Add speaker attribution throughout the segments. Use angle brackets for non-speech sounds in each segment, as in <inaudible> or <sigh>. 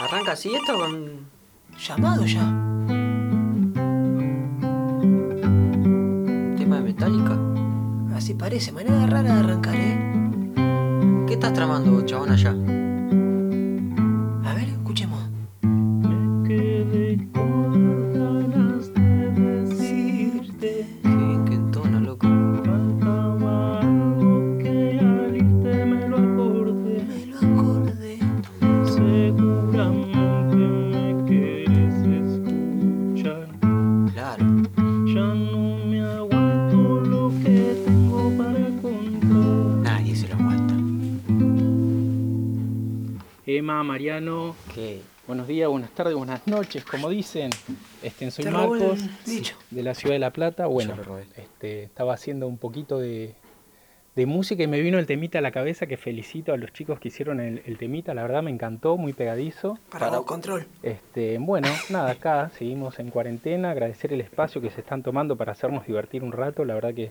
Speaker 1: Arranca así esto con.
Speaker 2: Llamado ya.
Speaker 1: tema de Metallica.
Speaker 2: Así parece. Manera rara de arrancar, ¿eh?
Speaker 1: ¿Qué estás tramando, vos, chabón, allá?
Speaker 2: A ver, escuchemos.
Speaker 1: Qué bien que entona, loco.
Speaker 2: Me lo acordé.
Speaker 3: Seguramente me quieres escuchar.
Speaker 1: Claro.
Speaker 3: Ya no me aguanto lo que tengo para contar.
Speaker 1: Nadie se lo aguanta.
Speaker 3: Emma, Mariano,
Speaker 1: ¿Qué?
Speaker 3: buenos días, buenas tardes, buenas noches, como dicen. Este, soy
Speaker 2: Te robó
Speaker 3: Marcos,
Speaker 2: el dicho.
Speaker 3: de la ciudad de La Plata. Bueno,
Speaker 1: lo robé.
Speaker 3: este, estaba haciendo un poquito de, de música y me vino el temita a la cabeza que felicito a los chicos que hicieron el, el temita. La verdad me encantó, muy pegadizo.
Speaker 2: Para, control.
Speaker 3: Este, bueno, nada, acá seguimos en cuarentena. Agradecer el espacio que se están tomando para hacernos divertir un rato. La verdad que
Speaker 1: No,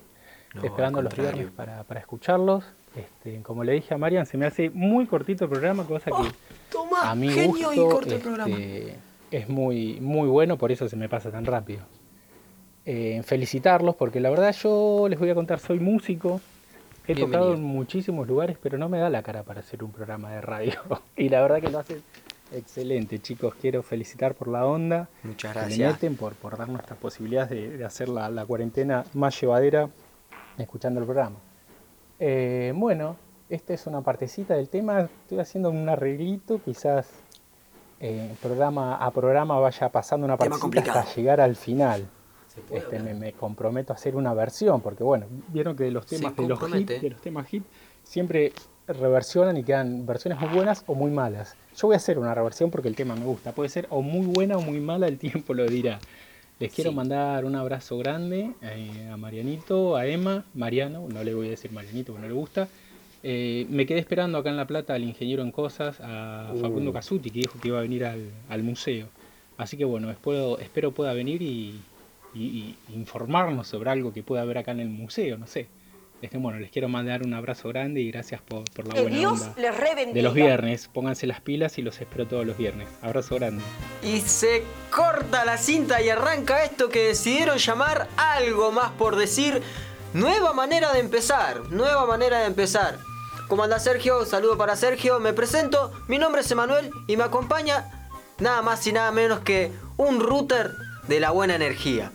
Speaker 3: estoy esperando
Speaker 1: al
Speaker 3: los
Speaker 1: contrario.
Speaker 3: viernes para, para escucharlos. Este, como le dije a Marian, se me hace muy cortito el programa, cosa que
Speaker 2: Toma,
Speaker 3: a mi
Speaker 2: genio
Speaker 3: gusto
Speaker 2: y corto el
Speaker 3: este,
Speaker 2: programa.
Speaker 3: es muy, muy bueno, por eso se me pasa tan rápido. Eh, felicitarlos, porque la verdad yo les voy a contar, soy músico. He tocado
Speaker 1: Bienvenido.
Speaker 3: en muchísimos lugares, pero no me da la cara para hacer un programa de radio. <laughs> y la verdad que lo hacen excelente, chicos. Quiero felicitar por la onda.
Speaker 1: Muchas
Speaker 3: que le
Speaker 1: gracias.
Speaker 3: meten por, por darnos estas posibilidades de, de hacer la, la cuarentena más llevadera escuchando el programa. Eh, bueno, esta es una partecita del tema. Estoy haciendo un arreglito, quizás eh, programa a programa vaya pasando una
Speaker 2: Tema
Speaker 3: partecita
Speaker 2: complicado.
Speaker 3: hasta llegar al final.
Speaker 1: ¿Se puede
Speaker 3: Este,
Speaker 1: hablar?
Speaker 3: me, me comprometo a hacer una versión, porque bueno, vieron que de los
Speaker 1: Se
Speaker 3: temas de los, hit,
Speaker 1: compromete.
Speaker 3: de los temas hit siempre reversionan y quedan versiones muy buenas o muy malas. Yo voy a hacer una reversión porque el tema me gusta. Puede ser o muy buena o muy mala, el tiempo lo dirá. Les quiero
Speaker 1: Sí.
Speaker 3: mandar un abrazo grande eh, a Marianito, a Emma, Mariano, no le voy a decir Marianito porque no le gusta. Eh, me quedé esperando acá en La Plata al ingeniero en cosas, a Facundo Casuti, que dijo que iba a venir al, al museo. Así que bueno, espero, espero pueda venir y, y- y informarnos sobre algo que pueda haber acá en el museo, no sé. Este, bueno, les quiero mandar un abrazo grande y gracias por, por la
Speaker 4: Que
Speaker 3: buena
Speaker 4: Dios
Speaker 3: onda
Speaker 4: les rebendiga.
Speaker 3: de los viernes. Pónganse las pilas y los espero todos los viernes. Abrazo grande.
Speaker 1: Y se corta la cinta y arranca esto que decidieron llamar algo más por decir. Nueva manera de empezar, nueva manera de empezar. ¿Cómo anda Sergio? Saludo para Sergio. Me presento, mi nombre es Emanuel y me acompaña nada más y nada menos que un router de la buena energía.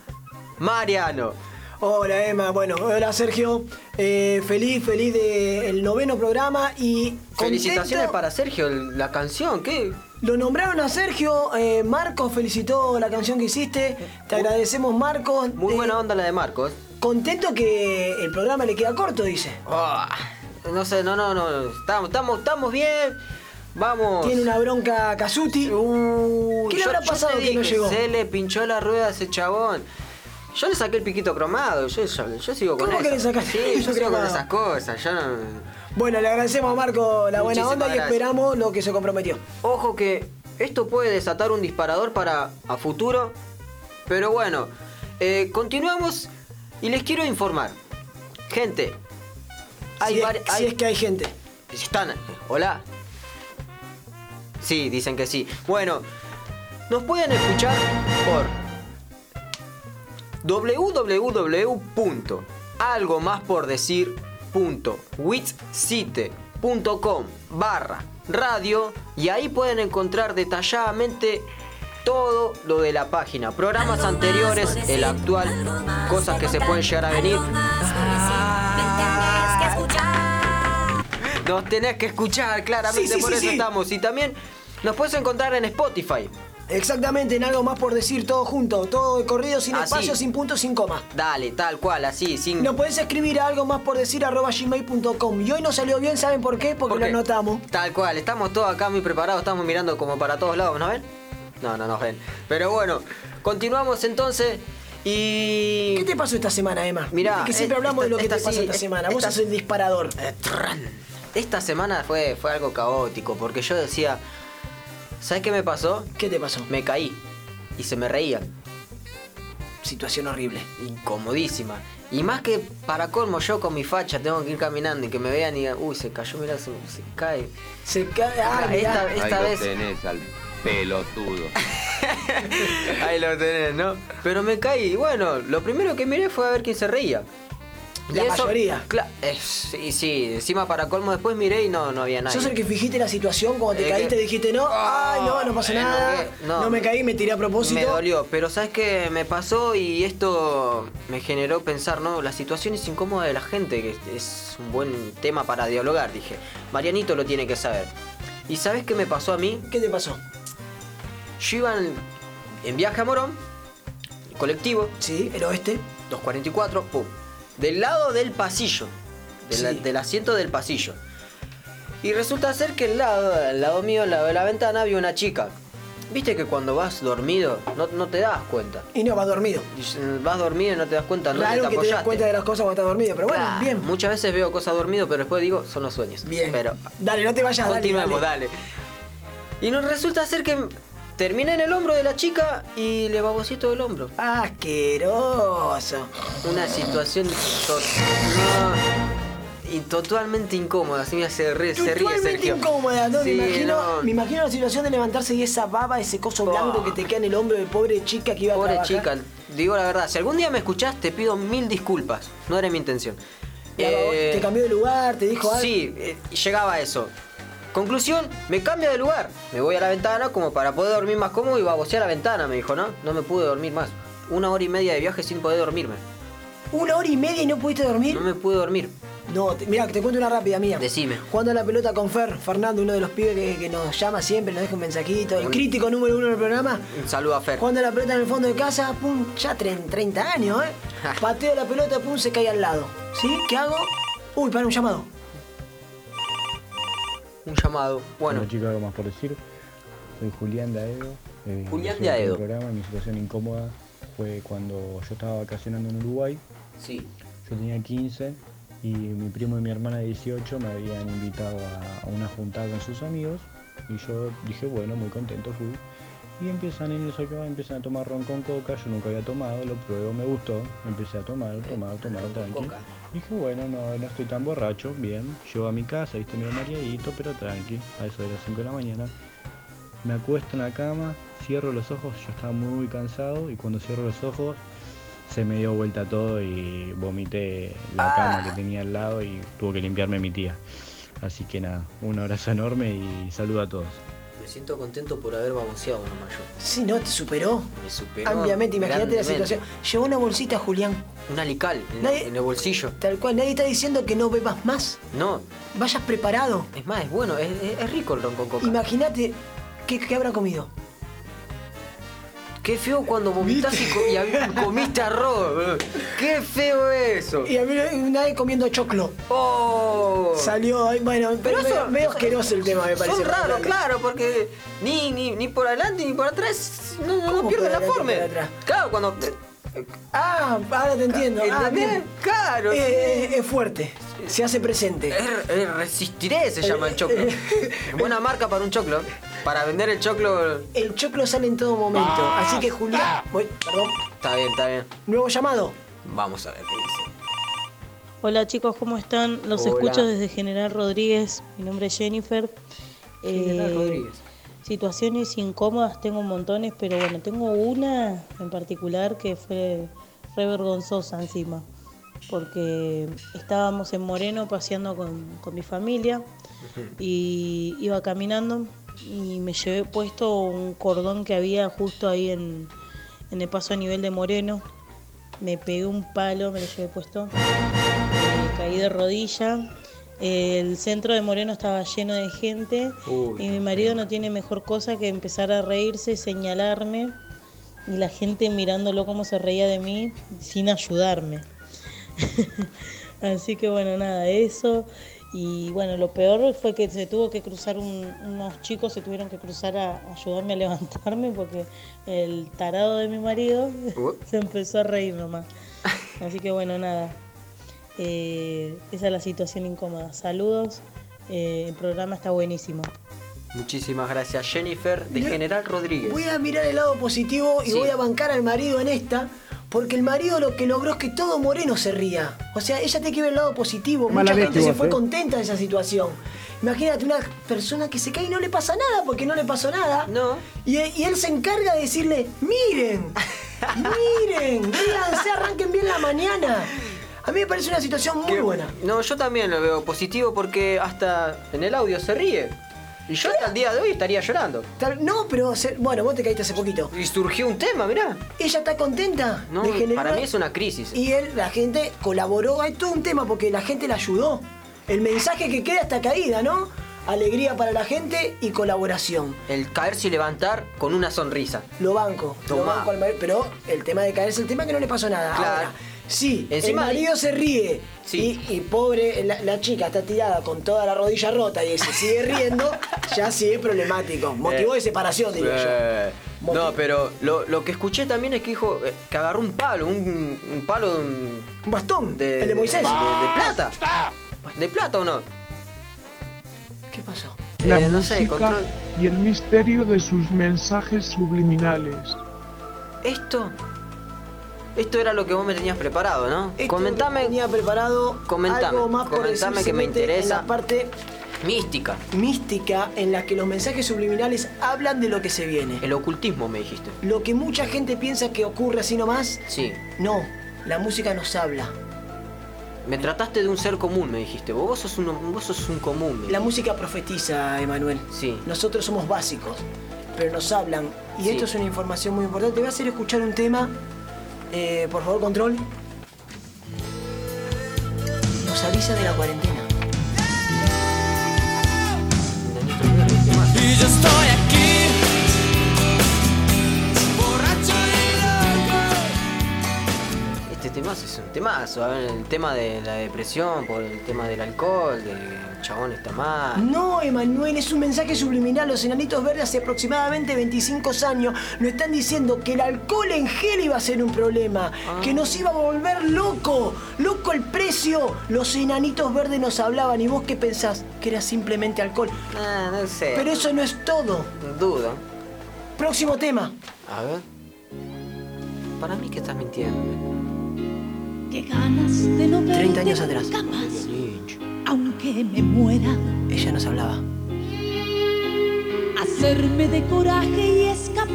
Speaker 1: Mariano.
Speaker 2: Hola Emma, bueno, hola Sergio. Eh, feliz, feliz del noveno programa y
Speaker 1: Felicitaciones
Speaker 2: contento.
Speaker 1: para Sergio, el- la canción, ¿qué?
Speaker 2: Lo nombraron a Sergio, eh, Marcos felicitó la canción que hiciste, te agradecemos Marcos.
Speaker 1: Muy
Speaker 2: Eh,
Speaker 1: buena onda la de Marcos.
Speaker 2: Contento que el programa le queda corto, dice.
Speaker 1: Ah, no sé, no, no, no. Estamos, estamos, estamos bien. Vamos.
Speaker 2: Tiene una bronca Casuti.
Speaker 1: Uy,
Speaker 2: ¿Qué le
Speaker 1: yo-
Speaker 2: habrá
Speaker 1: yo
Speaker 2: pasado
Speaker 1: te
Speaker 2: que no
Speaker 1: dije,
Speaker 2: llegó?
Speaker 1: Se le pinchó la rueda a ese chabón. Yo le saqué el piquito cromado, yo, yo- yo sigo con
Speaker 2: ¿Cómo que
Speaker 1: esas-
Speaker 2: le sacaste el
Speaker 1: Sí,
Speaker 2: piquito
Speaker 1: yo sigo con
Speaker 2: cromado?
Speaker 1: esas cosas. Yo no-
Speaker 2: Bueno, le agradecemos a Marco la buena
Speaker 1: Muchísimas
Speaker 2: onda y
Speaker 1: gracias.
Speaker 2: esperamos lo que se comprometió.
Speaker 1: Ojo que esto puede desatar un disparador para a futuro. Pero bueno, eh, continuamos y les quiero informar. Gente, hay
Speaker 2: si, es,
Speaker 1: vari-
Speaker 2: si
Speaker 1: hay-
Speaker 2: es que hay gente.
Speaker 1: ¿Están? ¿Hola? Sí, dicen que sí. Bueno, nos pueden escuchar por www.algomaspordecir.witsite.com barra radio y ahí pueden encontrar detalladamente todo lo de la página, programas anteriores, el actual, cosas que se pueden llegar a venir. Nos tenés que escuchar, claramente,
Speaker 2: Sí, sí,
Speaker 1: por
Speaker 2: sí,
Speaker 1: eso
Speaker 2: sí.
Speaker 1: estamos. Y también nos puedes encontrar en Spotify.
Speaker 2: Exactamente, en algo más por decir, todo junto, todo de corrido, sin
Speaker 1: Así.
Speaker 2: espacio, sin punto, sin coma.
Speaker 1: Dale, tal cual, así, sin.
Speaker 2: Nos podés escribir a algo más por decir arroba gmail.com. Y hoy no salió bien, ¿saben por qué? Porque
Speaker 1: ¿Por
Speaker 2: lo
Speaker 1: qué?
Speaker 2: anotamos.
Speaker 1: Tal cual, estamos todos acá muy preparados, estamos mirando como para todos lados, ¿no ven? No, no nos ven. Pero bueno, continuamos entonces y.
Speaker 2: ¿Qué te pasó esta semana, Emma?
Speaker 1: Mirá,
Speaker 2: Viste que siempre
Speaker 1: eh,
Speaker 2: hablamos de lo que
Speaker 1: esta-
Speaker 2: te
Speaker 1: esta
Speaker 2: pasa
Speaker 1: sí,
Speaker 2: esta
Speaker 1: es-
Speaker 2: semana. Vos
Speaker 1: esta-
Speaker 2: sos el disparador.
Speaker 1: Eh, tran. Esta semana fue, fue algo caótico porque yo decía. ¿Sabes qué me pasó?
Speaker 2: ¿Qué te pasó?
Speaker 1: Me caí y se me reían.
Speaker 2: Situación horrible.
Speaker 1: incomodísima. Y más que para colmo, yo con mi facha tengo que ir caminando y que me vean y digan, uy, se cayó, mirá, se, se cae.
Speaker 2: Se cae. Ah,
Speaker 1: Esta,
Speaker 2: mirá.
Speaker 1: esta
Speaker 5: Ahí lo
Speaker 1: vez,
Speaker 5: tenés al
Speaker 2: <laughs>
Speaker 4: Pelotudo.
Speaker 1: <laughs> Ahí lo tenés, ¿no? Pero me caí. Y bueno, lo primero que miré fue a ver quién se reía.
Speaker 2: La mayoría.
Speaker 1: cla- eh, sí, sí, encima para colmo después miré y no, no había nadie.
Speaker 2: ¿Sos el que fijiste la situación cuando te
Speaker 1: Eh,
Speaker 2: caíste
Speaker 1: que-
Speaker 2: dijiste no?
Speaker 1: Ah,
Speaker 2: Ay, no, no pasa
Speaker 1: bueno,
Speaker 2: nada.
Speaker 1: que- no.
Speaker 2: No, me caí, me tiré a propósito.
Speaker 1: Me dolió, pero ¿sabes qué? Me pasó y esto me generó pensar, ¿no? Las situaciones incómodas de la gente, que es un buen tema para dialogar, dije. Marianito lo tiene que saber. ¿Y sabes qué me pasó a mí?
Speaker 2: ¿Qué te pasó?
Speaker 1: Yo iba en, en viaje a Morón, colectivo,
Speaker 2: Sí, el oeste.
Speaker 1: 244, pum. Del lado del pasillo. del-
Speaker 2: Sí.
Speaker 1: Del asiento del pasillo. Y resulta ser que al lado, al lado mío, al lado de la ventana, había una chica. Viste que cuando vas dormido no, no te das cuenta.
Speaker 2: Y no, vas dormido.
Speaker 1: Y Vas dormido y no te das cuenta, no te
Speaker 2: Raro que te das
Speaker 1: apoyaste.
Speaker 2: cuenta de las cosas cuando estás dormido, pero bueno,
Speaker 1: Claro,
Speaker 2: bien.
Speaker 1: Muchas veces veo cosas dormido, pero después digo, son los sueños.
Speaker 2: Bien.
Speaker 1: Pero
Speaker 2: dale, no te vayas, dale,
Speaker 1: continuemos,
Speaker 2: dale.
Speaker 1: dale, Y nos resulta ser que terminé en el hombro de la chica y le babocito el hombro.
Speaker 2: Asqueroso.
Speaker 1: Una situación to- no, y totalmente incómoda. Así me se, re- se ríe
Speaker 2: Totalmente
Speaker 1: Sergio.
Speaker 2: incómoda, ¿no?
Speaker 1: Sí,
Speaker 2: me, imagino,
Speaker 1: no.
Speaker 2: me imagino la situación de levantarse y esa baba, ese coso
Speaker 1: Buah.
Speaker 2: blanco que te queda en el hombro de pobre chica que iba a
Speaker 1: Pobre
Speaker 2: trabajar.
Speaker 1: chica, digo la verdad, si algún día me escuchás, te pido mil disculpas. No era mi intención.
Speaker 2: La babo-
Speaker 1: Eh,
Speaker 2: te cambió de lugar, te dijo algo.
Speaker 1: Sí, eh, llegaba a eso. Conclusión, me cambio de lugar. Me voy a la ventana como para poder dormir más cómodo y babosé a la ventana, me dijo, ¿no? No me pude dormir más. Una hora y media de viaje sin poder dormirme.
Speaker 2: Una hora y media y no pudiste dormir.
Speaker 1: No me pude dormir.
Speaker 2: No, te- mira, te cuento una rápida mía.
Speaker 1: Decime.
Speaker 2: Jugando a la pelota con Fer, Fernando, uno de los pibes que, que nos llama siempre, nos deja un mensajito, el
Speaker 1: Un-
Speaker 2: crítico número uno del programa.
Speaker 1: Un saludo a Fer.
Speaker 2: Jugando a la pelota en el fondo de casa, pum, ya tre- 30 años, ¿eh? Pateo la pelota, pum, se cae al lado. ¿Sí? ¿Qué hago? Uy, para un llamado.
Speaker 1: Un llamado. Bueno,
Speaker 5: Bueno, chicos, algo más por decir. Soy Julián Daedo. eh,
Speaker 1: Julián
Speaker 5: soy parte del
Speaker 1: Daedo.
Speaker 5: programa. Mi situación incómoda fue cuando yo estaba vacacionando en Uruguay.
Speaker 1: sí.
Speaker 5: Yo tenía 15 y mi primo y mi hermana de 18 me habían invitado a- a una juntada con sus amigos. Y yo dije, bueno, muy contento fui. Y empiezan en eso acá, empiezan a tomar ron con coca. Yo nunca había tomado, lo pruebo, me gustó. Empecé a tomar, tomar, tomar, tranqui.
Speaker 1: coca.
Speaker 5: Dije, bueno, no, no estoy tan borracho, bien. Llego a mi casa, viste, medio mareadito, pero tranqui. A eso de las 5 de la mañana. Me acuesto en la cama, cierro los ojos, yo estaba muy cansado y cuando cierro los ojos se me dio vuelta todo y vomité la cama que tenía al lado y tuvo que limpiarme mi tía. Así que nada, un abrazo enorme y saludo a todos.
Speaker 1: Me siento contento por haber baboseado una mayor.
Speaker 2: Si no, te superó.
Speaker 1: Me superó.
Speaker 2: Ampliamente, imagínate la
Speaker 1: grandemente.
Speaker 2: situación. Llevó una bolsita, Julián.
Speaker 1: Un alical en,
Speaker 2: Nadie-
Speaker 1: en el bolsillo.
Speaker 2: Tal cual, nadie está diciendo que no bebas más.
Speaker 1: No,
Speaker 2: Vayas preparado.
Speaker 1: es más, es bueno, es, es- es rico el ron con coca.
Speaker 2: Imagínate qué, qué habrá comido.
Speaker 1: Qué feo cuando vomitas y, co- y hab- comiste arroz. bro. Qué feo eso.
Speaker 2: Y a mí nadie comiendo choclo.
Speaker 1: Oh.
Speaker 2: Salió ahí, bueno, pero medio,
Speaker 1: son-
Speaker 2: medio asqueroso el tema, me parece.
Speaker 1: Son raros,
Speaker 2: Fernando.
Speaker 1: claro, porque ni, ni, ni por adelante ni por atrás no, no- no
Speaker 2: ¿Cómo
Speaker 1: pierden
Speaker 2: por
Speaker 1: la
Speaker 2: adelante,
Speaker 1: forma.
Speaker 2: por atrás?
Speaker 1: Claro, cuando.
Speaker 2: Ah, ahora te entiendo. Ah,
Speaker 1: ¿Entendés?
Speaker 2: bien.
Speaker 1: Claro. Eh.
Speaker 2: Eh, eh, es fuerte, se hace presente.
Speaker 1: Es- es resistiré se llama el
Speaker 2: <laughs>
Speaker 1: choclo. Buena marca para un choclo. Para vender el choclo.
Speaker 2: El choclo sale en todo momento, así que
Speaker 1: Ah.
Speaker 2: Julián, voy, perdón,
Speaker 1: Está bien, está bien.
Speaker 2: nuevo llamado.
Speaker 1: Vamos a ver qué dice.
Speaker 6: Hola chicos, ¿cómo están? Los
Speaker 1: Hola.
Speaker 6: escucho desde General Rodríguez. Mi nombre es Jennifer.
Speaker 1: General
Speaker 6: Eh,
Speaker 1: Rodríguez.
Speaker 6: Situaciones incómodas tengo montones, pero bueno, tengo una en particular que fue re vergonzosa encima. Porque estábamos en Moreno paseando con, con mi familia y iba caminando y me llevé puesto un cordón que había justo ahí en, en el paso a nivel de Moreno. Me pegué un palo, me lo llevé puesto eh, caí de rodilla. El centro de Moreno estaba lleno de gente
Speaker 1: Uy,
Speaker 6: y mi marido no tiene mejor cosa que empezar a reírse y señalarme y la gente mirándolo como se reía de mí sin ayudarme. Así que bueno, nada, eso. Y bueno, lo peor fue que se tuvo que cruzar, un- unos chicos se tuvieron que cruzar a ayudarme a levantarme porque el tarado de mi marido
Speaker 1: Uh.
Speaker 6: <laughs> se empezó a reír nomás. Así que bueno, nada. Eh, esa es la situación incómoda. Saludos. Eh, el programa está buenísimo.
Speaker 1: Muchísimas gracias, Jennifer de
Speaker 2: Yo-
Speaker 1: General Rodríguez.
Speaker 2: Voy a mirar el lado positivo y
Speaker 1: Sí.
Speaker 2: voy a bancar al marido en esta, Porque el marido lo que logró es que todo moreno se ría. O sea, ella tiene que ver el lado positivo.
Speaker 4: Mala
Speaker 2: Mucha
Speaker 4: vez
Speaker 2: gente
Speaker 4: que
Speaker 2: se
Speaker 4: vos,
Speaker 2: fue
Speaker 4: eh.
Speaker 2: contenta de esa situación. Imagínate una persona que se cae y no le pasa nada porque no le pasó nada.
Speaker 1: No.
Speaker 2: Y, e- y él se encarga de decirle, miren,
Speaker 1: <laughs>
Speaker 2: miren, ríanse, arranquen bien la mañana. A mí me parece una situación muy
Speaker 1: Que-
Speaker 2: buena.
Speaker 1: No, yo también lo veo positivo porque hasta en el audio se ríe. Y yo hasta el día de hoy estaría llorando.
Speaker 2: Tal- No, pero se- bueno, vos te caíste hace poquito.
Speaker 1: Y surgió un tema, mirá.
Speaker 2: Ella está contenta
Speaker 1: No,
Speaker 2: de generar-
Speaker 1: para mí es una crisis.
Speaker 2: Y él, la gente colaboró, hay todo un tema porque la gente la ayudó. El mensaje que queda está caída, ¿no? Alegría para la gente y colaboración.
Speaker 1: El caerse y levantar con una sonrisa.
Speaker 2: Lo banco, lo
Speaker 1: Tomá.
Speaker 2: banco al marido, pero el tema de caerse, el tema que no le pasó nada.
Speaker 1: Claro.
Speaker 2: Ahora, sí,
Speaker 1: Encima-
Speaker 2: el marido se ríe
Speaker 1: Sí.
Speaker 2: y, y pobre, la, la chica está tirada con toda la rodilla rota y se
Speaker 1: <laughs>
Speaker 2: sigue riendo, ya sí es problemático. Motivo
Speaker 1: Eh.
Speaker 2: de separación, diría
Speaker 1: Eh,
Speaker 2: yo.
Speaker 1: No,
Speaker 2: Motivo.
Speaker 1: pero lo, lo que escuché también es que dijo eh, que agarró un palo, un, un palo de un-
Speaker 2: Un bastón,
Speaker 1: de,
Speaker 2: el de Moisés.
Speaker 1: de- de plata. ¿De plata o no?
Speaker 2: ¿Qué pasó?
Speaker 4: La
Speaker 1: Eh, no sé,
Speaker 4: música
Speaker 1: control.
Speaker 4: y el misterio de sus mensajes subliminales.
Speaker 1: Esto. Esto era lo que vos me tenías preparado, ¿no?
Speaker 2: Esto
Speaker 1: Comentame
Speaker 2: Tenía preparado
Speaker 1: Comentame,
Speaker 2: algo más por
Speaker 1: comentame que
Speaker 2: decir, se
Speaker 1: me
Speaker 2: mete en
Speaker 1: interesa.
Speaker 2: la parte
Speaker 1: mística.
Speaker 2: mística en la que los mensajes subliminales hablan de lo que se viene.
Speaker 1: El ocultismo me dijiste.
Speaker 2: Lo que mucha gente piensa que ocurre así nomás,
Speaker 1: Sí.
Speaker 2: no, la música nos habla.
Speaker 1: Me trataste de un ser común, me dijiste. Vos, vos sos un vos sos un común. me
Speaker 2: La
Speaker 1: dijiste.
Speaker 2: música profetiza, Emanuel.
Speaker 1: Sí.
Speaker 2: Nosotros somos básicos, pero nos hablan. Y
Speaker 1: Sí.
Speaker 2: esto es una información muy importante. Te voy a hacer escuchar un tema. Eh, por favor, control. Nos avisa de la cuarentena.
Speaker 7: Y yo estoy aquí, borracho y loco.
Speaker 1: Este temazo es un temazo. A ver, el tema de la depresión, por el tema del alcohol, de el chabón está mal.
Speaker 2: No, Emanuel, es un mensaje subliminal. Los enanitos verdes hace aproximadamente 25 años nos están diciendo que el alcohol en gel iba a ser un problema, que nos iba a volver loco, loco el precio. Los enanitos verdes nos hablaban y vos qué pensás, que era simplemente alcohol.
Speaker 1: Ah, no sé.
Speaker 2: Mm. Pero eso no es todo.
Speaker 1: Dudo.
Speaker 2: Próximo tema.
Speaker 1: A ver. Para mí que estás mintiendo.
Speaker 8: Qué ganas de no verte
Speaker 2: 30 años atrás.
Speaker 8: nunca más,
Speaker 1: Lynch.
Speaker 8: aunque me muera,
Speaker 2: Ella nos hablaba.
Speaker 8: hacerme de coraje y escapar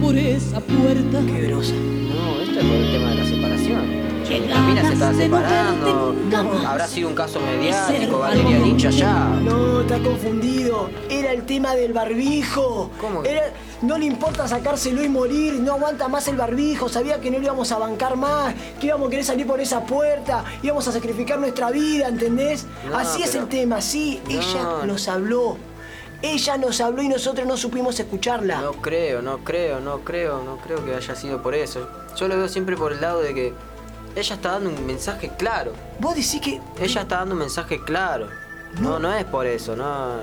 Speaker 8: por esa puerta.
Speaker 2: Qué grosa.
Speaker 1: No, esto es por el tema de la separación.
Speaker 8: Qué
Speaker 1: La mina se estaba
Speaker 8: ganas de no
Speaker 1: separando.
Speaker 8: verte nunca más.
Speaker 1: Habrá sido un caso
Speaker 8: Ser
Speaker 1: mediático, Valeria
Speaker 8: algo
Speaker 1: Lynch allá.
Speaker 2: No, está confundido. Era el tema del barbijo.
Speaker 1: ¿Cómo?
Speaker 2: Era- no le importa sacárselo y morir. No aguanta más el barbijo. Sabía que no lo íbamos a bancar más. Que íbamos a querer salir por esa puerta. Íbamos a sacrificar nuestra vida, ¿entendés?
Speaker 1: No,
Speaker 2: Así es
Speaker 1: pero-
Speaker 2: el tema. Sí,
Speaker 1: No.
Speaker 2: ella nos habló. Ella nos habló y nosotros no supimos escucharla.
Speaker 1: No creo, no creo, no creo, no creo que haya sido por eso. Yo lo veo siempre por el lado de que ella está dando un mensaje claro.
Speaker 2: Vos decís que.
Speaker 1: Ella está dando un mensaje claro. No, no es por eso, no.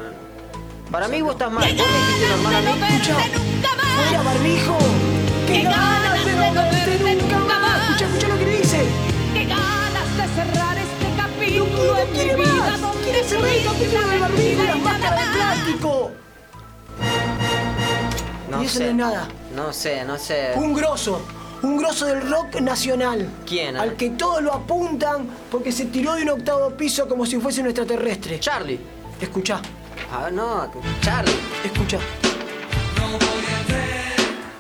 Speaker 1: Para mí vos estás mal. Vos me dijiste normal a mí.
Speaker 2: Escucha. Fuera barbijo. Qué, ganas de no verte nunca más. Escucha, escucha lo que le dice.
Speaker 8: Qué ganas de cerrar este
Speaker 2: No,
Speaker 8: capítulo
Speaker 2: no quiere más. Quiere cerrar el capítulo del barbijo y las máscaras de plástico.
Speaker 1: No
Speaker 2: Y eso
Speaker 1: sé.
Speaker 2: no es nada.
Speaker 1: No sé, no sé.
Speaker 2: Un grosso. Un grosso del rock nacional.
Speaker 1: ¿Quién, eh?
Speaker 2: Al que todos lo apuntan porque se tiró de un octavo piso como si fuese un extraterrestre.
Speaker 1: Charlie.
Speaker 2: Escucha,
Speaker 1: Ah, no, Charlie.
Speaker 2: escucha.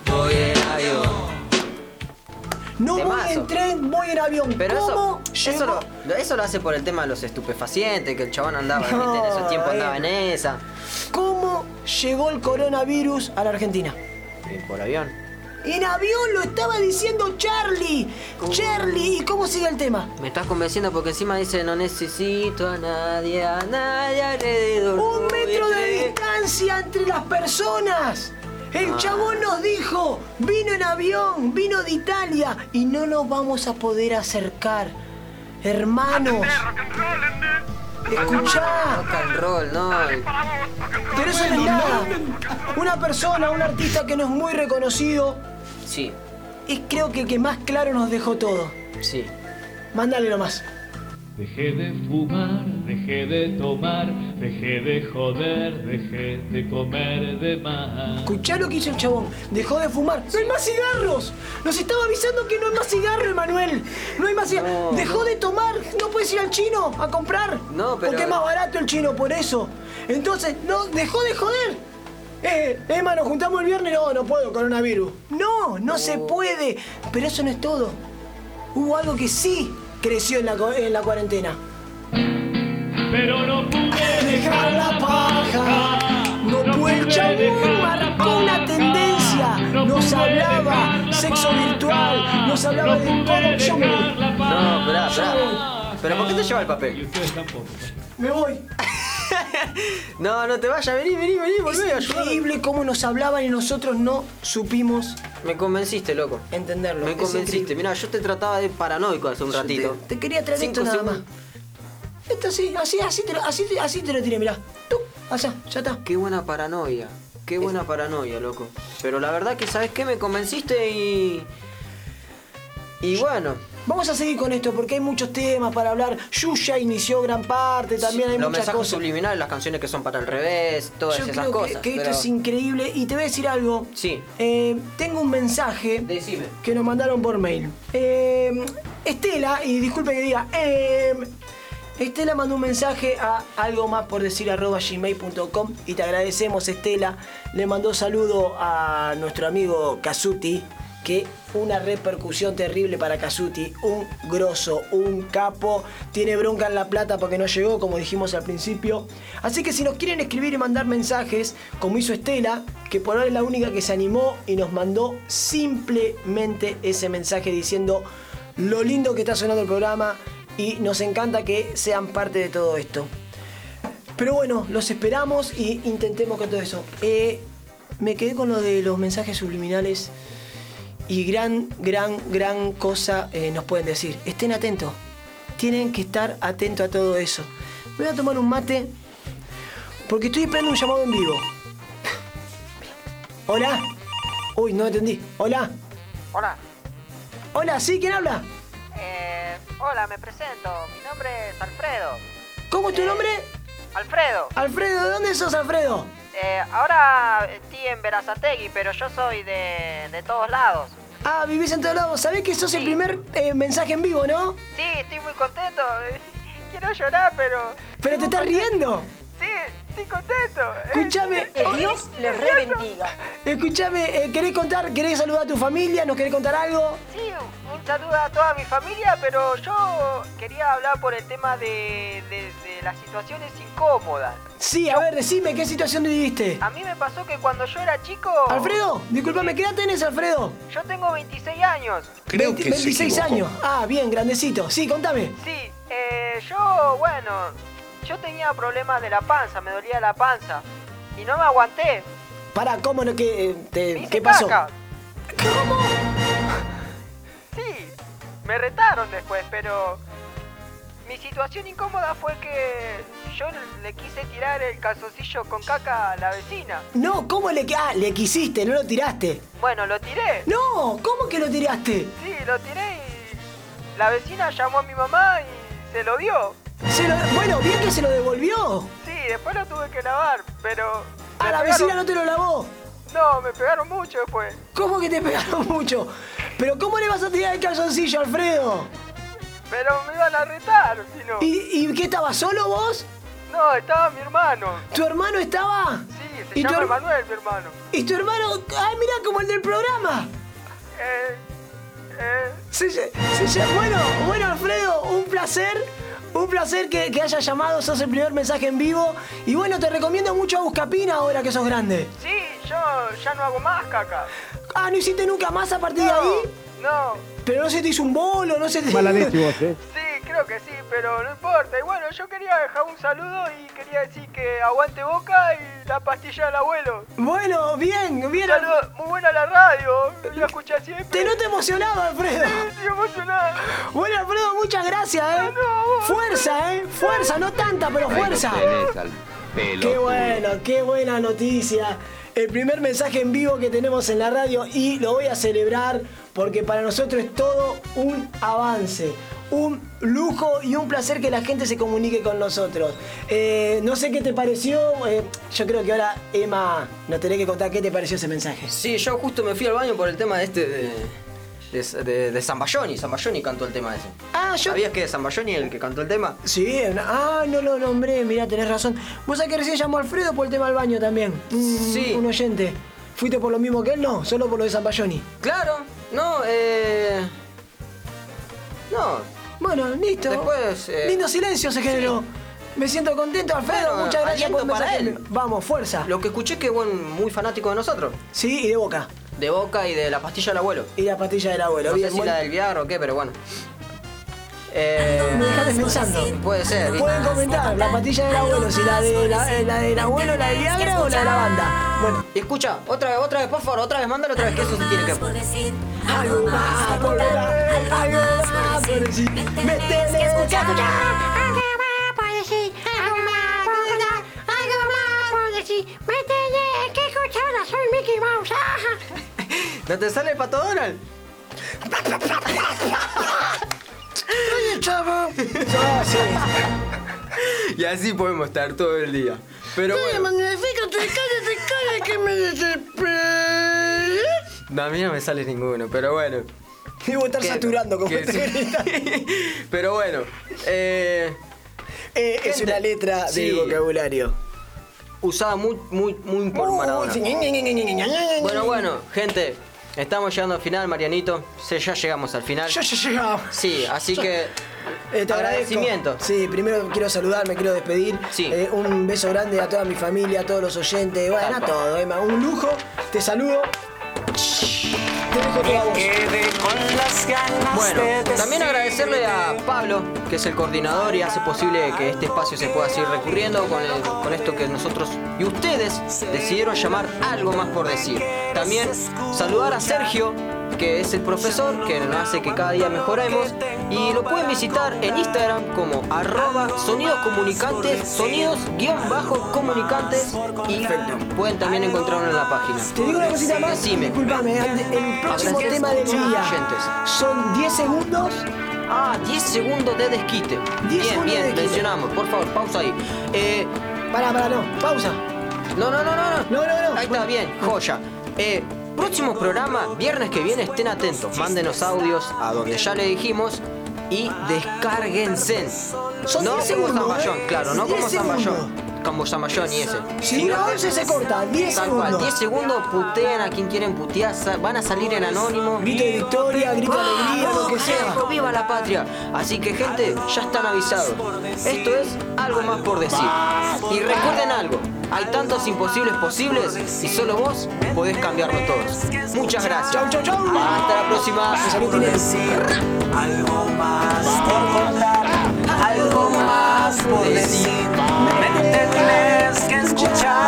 Speaker 1: Voy en avión.
Speaker 2: No voy
Speaker 1: Temazo.
Speaker 2: en tren, voy en avión.
Speaker 1: Pero eso,
Speaker 2: ¿Cómo
Speaker 1: eso,
Speaker 2: llegó?
Speaker 1: lo, lo- eso lo hace por el tema de los estupefacientes, que el chabón andaba ¿viste? en esos tiempos andaba en esa.
Speaker 2: ¿Cómo llegó el coronavirus a la Argentina?
Speaker 1: Eh, Por avión.
Speaker 2: En avión lo estaba diciendo Charlie. Charlie, ¿y cómo sigue el tema?
Speaker 1: Me estás convenciendo porque encima dice no necesito a nadie, a nadie alrededor. este-
Speaker 2: Un metro de
Speaker 1: nuestro".
Speaker 2: distancia entre las personas. El
Speaker 1: Ah.
Speaker 2: chabón nos dijo, vino en avión, vino de Italia y no nos vamos a poder acercar. Hermanos, escuchá,
Speaker 1: Rock and roll, no.
Speaker 2: pero eso no es nada. Una persona, un artista que no es muy reconocido,
Speaker 1: Sí,
Speaker 2: es creo que el que más claro nos dejó todo.
Speaker 1: sí.
Speaker 2: Mándale nomás.
Speaker 9: Dejé de fumar, dejé de tomar, dejé de joder, dejé de comer de más.
Speaker 2: Escuchá lo que hizo el chabón. Dejó de fumar. ¡No hay más cigarros! Nos estaba avisando que no hay más cigarro, Emanuel. No hay más cigarro.
Speaker 1: No,
Speaker 2: Dejó de tomar. No puedes ir al chino a comprar.
Speaker 1: No, pero-
Speaker 2: Porque es más barato el chino, por eso. Entonces, no, dejó de joder. Eh, Emma, nos juntamos el viernes. No, no puedo, coronavirus. No, no, se puede. Pero eso no es todo. Hubo algo que sí creció en la, co- en la cuarentena.
Speaker 9: Pero no pude
Speaker 2: dejar la paja. No puede el chabón marcó una tendencia. Nos hablaba sexo virtual, nos hablaba de corrupción.
Speaker 1: No, esperá, esperá. Ah. Pero ¿por qué te lleva el
Speaker 9: Y
Speaker 1: papel?
Speaker 9: ustedes tampoco.
Speaker 2: Me voy.
Speaker 1: No, no te vayas, vení, vení, vení, <laughs> volvé,
Speaker 2: Es
Speaker 1: ayúdame.
Speaker 2: increíble cómo nos hablaban y nosotros no supimos
Speaker 1: Me convenciste, loco.
Speaker 2: entenderlo.
Speaker 1: Me
Speaker 2: Es
Speaker 1: convenciste.
Speaker 2: increíble.
Speaker 1: Mirá, yo te trataba de paranoico hace un
Speaker 2: Yo
Speaker 1: ratito.
Speaker 2: Te, te quería traer
Speaker 1: Cinco
Speaker 2: esto nada más.
Speaker 1: segundos.
Speaker 2: Esto sí, así, así te lo, así, te- así te lo tiré, mirá. Tú, allá, ya está.
Speaker 1: Qué buena paranoia. Qué buena paranoia, loco. Pero la verdad que, ¿sabes qué? Me convenciste y... Y bueno,
Speaker 2: Vamos a seguir con esto porque hay muchos temas para hablar. Yuya inició gran parte, también hay
Speaker 1: los
Speaker 2: muchas
Speaker 1: mensajes
Speaker 2: cosas.
Speaker 1: subliminales, las canciones que son para el revés, todas
Speaker 2: Yo
Speaker 1: esas
Speaker 2: creo que-
Speaker 1: cosas.
Speaker 2: que, esto
Speaker 1: pero-
Speaker 2: es increíble y te voy a decir algo.
Speaker 1: Sí.
Speaker 2: Eh, tengo un mensaje
Speaker 1: Decime.
Speaker 2: que nos mandaron por mail. Eh, Estela, y disculpe que diga, eh, Estela mandó un mensaje a algo más por decir arroba gmail.com y te agradecemos Estela. Le mandó saludo a nuestro amigo Casuti, que una repercusión terrible para Casuti, un grosso, un capo, tiene bronca en la plata porque no llegó, como dijimos al principio. Así que si nos quieren escribir y mandar mensajes, como hizo Estela, que por ahora es la única que se animó y nos mandó simplemente ese mensaje diciendo lo lindo que está sonando el programa y nos encanta que sean parte de todo esto. Pero bueno, los esperamos y intentemos con todo eso. Eh, me quedé con lo de los mensajes subliminales y gran, gran, gran cosa eh, nos pueden decir. Estén atentos. Tienen que estar atentos a todo eso. Me voy a tomar un mate porque estoy esperando un llamado en vivo. <laughs> Hola. Uy, no entendí. Hola.
Speaker 10: Hola.
Speaker 2: Hola, ¿sí? ¿Quién habla?
Speaker 10: Eh, hola, me presento. Mi nombre es Alfredo.
Speaker 2: ¿Cómo es tu nombre?
Speaker 10: Eh, Alfredo.
Speaker 2: Alfredo, ¿de dónde sos, Alfredo?
Speaker 10: Eh, ahora estoy en Verazategui, pero yo soy de, de todos lados.
Speaker 2: Ah, vivís en todos lados. Sabés que sos el primer eh, mensaje en vivo, ¿no?
Speaker 10: Sí, estoy muy contento. <laughs> Quiero llorar, pero...
Speaker 2: Pero te estás riendo.
Speaker 10: Sí, estoy contento.
Speaker 2: Escúchame. oh,
Speaker 10: Dios les re bendiga.
Speaker 2: Escúchame, eh, ¿querés contar? ¿Querés saludar a tu familia? ¿Nos querés contar algo?
Speaker 10: Sí, un saludo a toda mi familia, pero yo quería hablar por el tema de, de- de las situaciones incómodas.
Speaker 2: Sí, a ver, decime qué situación viviste.
Speaker 10: A mí me pasó que cuando yo era chico...
Speaker 2: Alfredo, disculpame, ¿qué edad tenés, Alfredo?
Speaker 10: Yo tengo 26 años.
Speaker 11: Creo
Speaker 2: Veinti-
Speaker 11: que se
Speaker 2: 26
Speaker 11: equivocó.
Speaker 2: años. Ah, bien, grandecito. Sí, contame.
Speaker 10: Sí, eh, yo, bueno, yo tenía problemas de la panza, me dolía la panza. Y no me aguanté.
Speaker 2: Pará, ¿cómo no? ¿Qué, eh, te-
Speaker 10: me hice
Speaker 2: ¿qué pasó?
Speaker 10: caca.
Speaker 2: ¿Cómo?
Speaker 10: Sí, me retaron después, pero mi situación incómoda fue que yo le quise tirar el calzoncillo con caca a la vecina.
Speaker 2: No, ¿cómo le, qui- ah, le quisiste? No lo tiraste.
Speaker 10: Bueno, lo tiré.
Speaker 2: No, ¿cómo que lo tiraste?
Speaker 10: Sí, lo tiré y la vecina llamó a mi mamá y se lo dio.
Speaker 2: Se lo- bueno, bien que se lo devolvió.
Speaker 10: Sí, después lo tuve que lavar, pero... me
Speaker 2: A Ah, la
Speaker 10: pegaron-
Speaker 2: vecina no te lo lavó.
Speaker 10: No, me pegaron mucho después.
Speaker 2: ¿Cómo que te <laughs> pegaron mucho? Pero ¿cómo le vas a tirar el calzoncillo, Alfredo?
Speaker 10: Pero me iban a retar, si no.
Speaker 2: ¿Y, y qué estabas solo vos?
Speaker 10: No, estaba mi hermano.
Speaker 2: ¿Tu hermano estaba?
Speaker 10: Sí, se
Speaker 2: ¿Y tu
Speaker 10: llama
Speaker 2: her-
Speaker 10: Emanuel, mi hermano.
Speaker 2: ¿Y tu hermano? ¡Ay, mirá, como el del programa!
Speaker 10: Eh, eh,
Speaker 2: Se lle- se lle- bueno, bueno, Alfredo, un placer. Un placer que, que hayas llamado, sos el primer mensaje en vivo. Y bueno, te recomiendo mucho a Buscapina ahora que sos grande.
Speaker 10: sí, yo ya no hago más caca.
Speaker 2: Ah, no hiciste nunca más a partir de
Speaker 10: No,
Speaker 2: ahí.
Speaker 10: no.
Speaker 2: Pero no se te hizo un bolo, no se te.
Speaker 5: Mala leche vos, eh.
Speaker 10: Sí, creo que sí, pero no importa. Y bueno, yo quería dejar un saludo y quería decir que aguante boca y la pastilla del abuelo.
Speaker 2: <laughs> Bueno, bien, bien.
Speaker 10: Saludo, muy buena la radio, la escuché siempre.
Speaker 2: Te noto emocionado, Alfredo.
Speaker 10: Estoy emocionado.
Speaker 2: Bueno, Alfredo, muchas gracias, eh.
Speaker 10: No, no, vos-
Speaker 2: Fuerza, eh. Fuerza, no tanta, pero
Speaker 11: Ahí lo
Speaker 2: fuerza.
Speaker 11: tenés, Al- pelo.
Speaker 2: Qué bueno, qué buena noticia. El primer mensaje en vivo que tenemos en la radio y lo voy a celebrar porque para nosotros es todo un avance, un lujo y un placer que la gente se comunique con nosotros. Eh, no sé qué te pareció, eh, yo creo que ahora Emma nos tenés que contar qué te pareció ese mensaje.
Speaker 1: Sí, yo justo me fui al baño por el tema este de. De, de, de Zambayoni, Zambayoni cantó el tema ese.
Speaker 2: Ah, yo.
Speaker 1: ¿Sabías que es Zambayoni el que cantó el tema?
Speaker 2: Sí, no- ah, no lo nombré, mirá, tenés razón. Vos sabés que recién llamó Alfredo por el tema del baño también. sí. Un oyente. ¿Fuiste por lo mismo que él? No, solo por lo de Zambayoni.
Speaker 1: Claro, no, eh. No.
Speaker 2: Bueno, listo.
Speaker 1: Después, eh,
Speaker 2: Lindo silencio se generó. Me siento contento, Alfredo.
Speaker 1: Bueno,
Speaker 2: Muchas gracias por el
Speaker 1: aliento para
Speaker 2: mensaje.
Speaker 1: él.
Speaker 2: Vamos, fuerza.
Speaker 1: Lo que escuché es que es buen- muy fanático de nosotros.
Speaker 2: Sí, y de boca.
Speaker 1: De boca y de la pastilla del abuelo.
Speaker 2: Y la pastilla del abuelo.
Speaker 1: No
Speaker 2: bien,
Speaker 1: sé si
Speaker 2: bueno.
Speaker 1: la del Viar o qué, pero bueno. Eh,
Speaker 2: Dejate pensando.
Speaker 1: Puede ser. ¿viste?
Speaker 2: Pueden comentar la pastilla del abuelo, si la, de, la, la del abuelo, la de Viagra o la de la banda. Bueno.
Speaker 1: Y escucha, otra vez, otra vez, por favor, otra vez, mándalo otra vez, que eso se tiene que poner.
Speaker 2: Algo más por ver, algo más por decir. Me tenés que escuchar.
Speaker 1: ¿No te sale el pato Donald?
Speaker 2: Oye, chavo.
Speaker 1: Y así podemos estar todo el día. Pero bueno,
Speaker 2: Manifícate, cállate, cállate que me desesperé.
Speaker 1: no, a mí no me sale ninguno, pero bueno.
Speaker 2: Debo estar
Speaker 1: Que-
Speaker 2: saturando con
Speaker 1: que
Speaker 2: este
Speaker 1: sí.
Speaker 2: grita.
Speaker 1: <laughs> Pero bueno, eh,
Speaker 2: Eh, es
Speaker 1: Gente,
Speaker 2: una letra
Speaker 1: sí.
Speaker 2: del vocabulario.
Speaker 1: usada muy, muy, muy por Maradona.
Speaker 2: sí, ñe, ñe, ñe, ñe, ñe, ñe, ñe, ñe.
Speaker 1: Bueno, bueno, gente, estamos llegando al final, Marianito. Se- ya llegamos al final.
Speaker 2: Yo ya llegaba.
Speaker 1: Sí, así que
Speaker 2: Eh, te agradezco.
Speaker 1: agradecimiento.
Speaker 2: Sí, primero quiero saludar, me quiero despedir.
Speaker 1: Sí.
Speaker 2: Eh, un beso grande a toda mi familia, a todos los oyentes, bueno,
Speaker 1: Tal
Speaker 2: a
Speaker 1: cual.
Speaker 2: todo, Emma. Un lujo, te saludo. Te dejo toda vos.
Speaker 1: Bueno, también agradecerle a Pablo, que es el coordinador y hace posible que este espacio se pueda seguir recurriendo con, el- con esto que nosotros y ustedes decidieron llamar algo más por decir. También saludar a Sergio, que es el profesor, que nos hace que cada día mejoremos. Y lo pueden visitar en Instagram como arroba sonidos comunicantes, sonidos guión bajo comunicantes. Y pueden también encontrarlo en la página.
Speaker 2: Te digo una cosita más,
Speaker 1: Decime.
Speaker 2: disculpame, ante- el próximo
Speaker 1: Agradezco
Speaker 2: tema del
Speaker 1: a los
Speaker 2: día
Speaker 1: oyentes.
Speaker 2: son 10 segundos.
Speaker 1: Ah, 10 segundos de desquite.
Speaker 2: 10
Speaker 1: Bien,
Speaker 2: segundos de
Speaker 1: bien,
Speaker 2: desquite.
Speaker 1: mencionamos. Por favor, pausa ahí. Eh,
Speaker 2: Pará, pará, no, pausa.
Speaker 1: no, no, no, no, no.
Speaker 2: No, no, no.
Speaker 1: Ahí está, bien, joya. Eh, próximo programa, viernes que viene, estén atentos. Mándenos audios a donde ya le dijimos y descárguense.
Speaker 2: Son
Speaker 1: no
Speaker 2: 10
Speaker 1: como
Speaker 2: segundos,
Speaker 1: Zamballón,
Speaker 2: ¿eh?
Speaker 1: claro, no como
Speaker 2: 10
Speaker 1: Zamballón.
Speaker 2: segundos.
Speaker 1: Como Zamballón y ese.
Speaker 2: Si no,
Speaker 1: Fíjate.
Speaker 2: 11 se corta, 10
Speaker 1: Tal cual,
Speaker 2: segundos.
Speaker 1: 10 segundos putean a quien quieren putear, sa- van a salir en anónimo.
Speaker 2: Grito de victoria, grito de alegría, Ah,
Speaker 1: Ah,
Speaker 2: lo que sea.
Speaker 1: ¡Vamos, ¡Viva la patria! Así que, gente, ya están avisados. Esto es algo más por decir. Y recuerden algo: hay tantos imposibles posibles y solo vos podés cambiarlo todos. Muchas gracias.
Speaker 2: Chau, chau, chau.
Speaker 1: Hasta la próxima.
Speaker 7: Algo más por contar, algo más por decir. Me tenés que escuchar.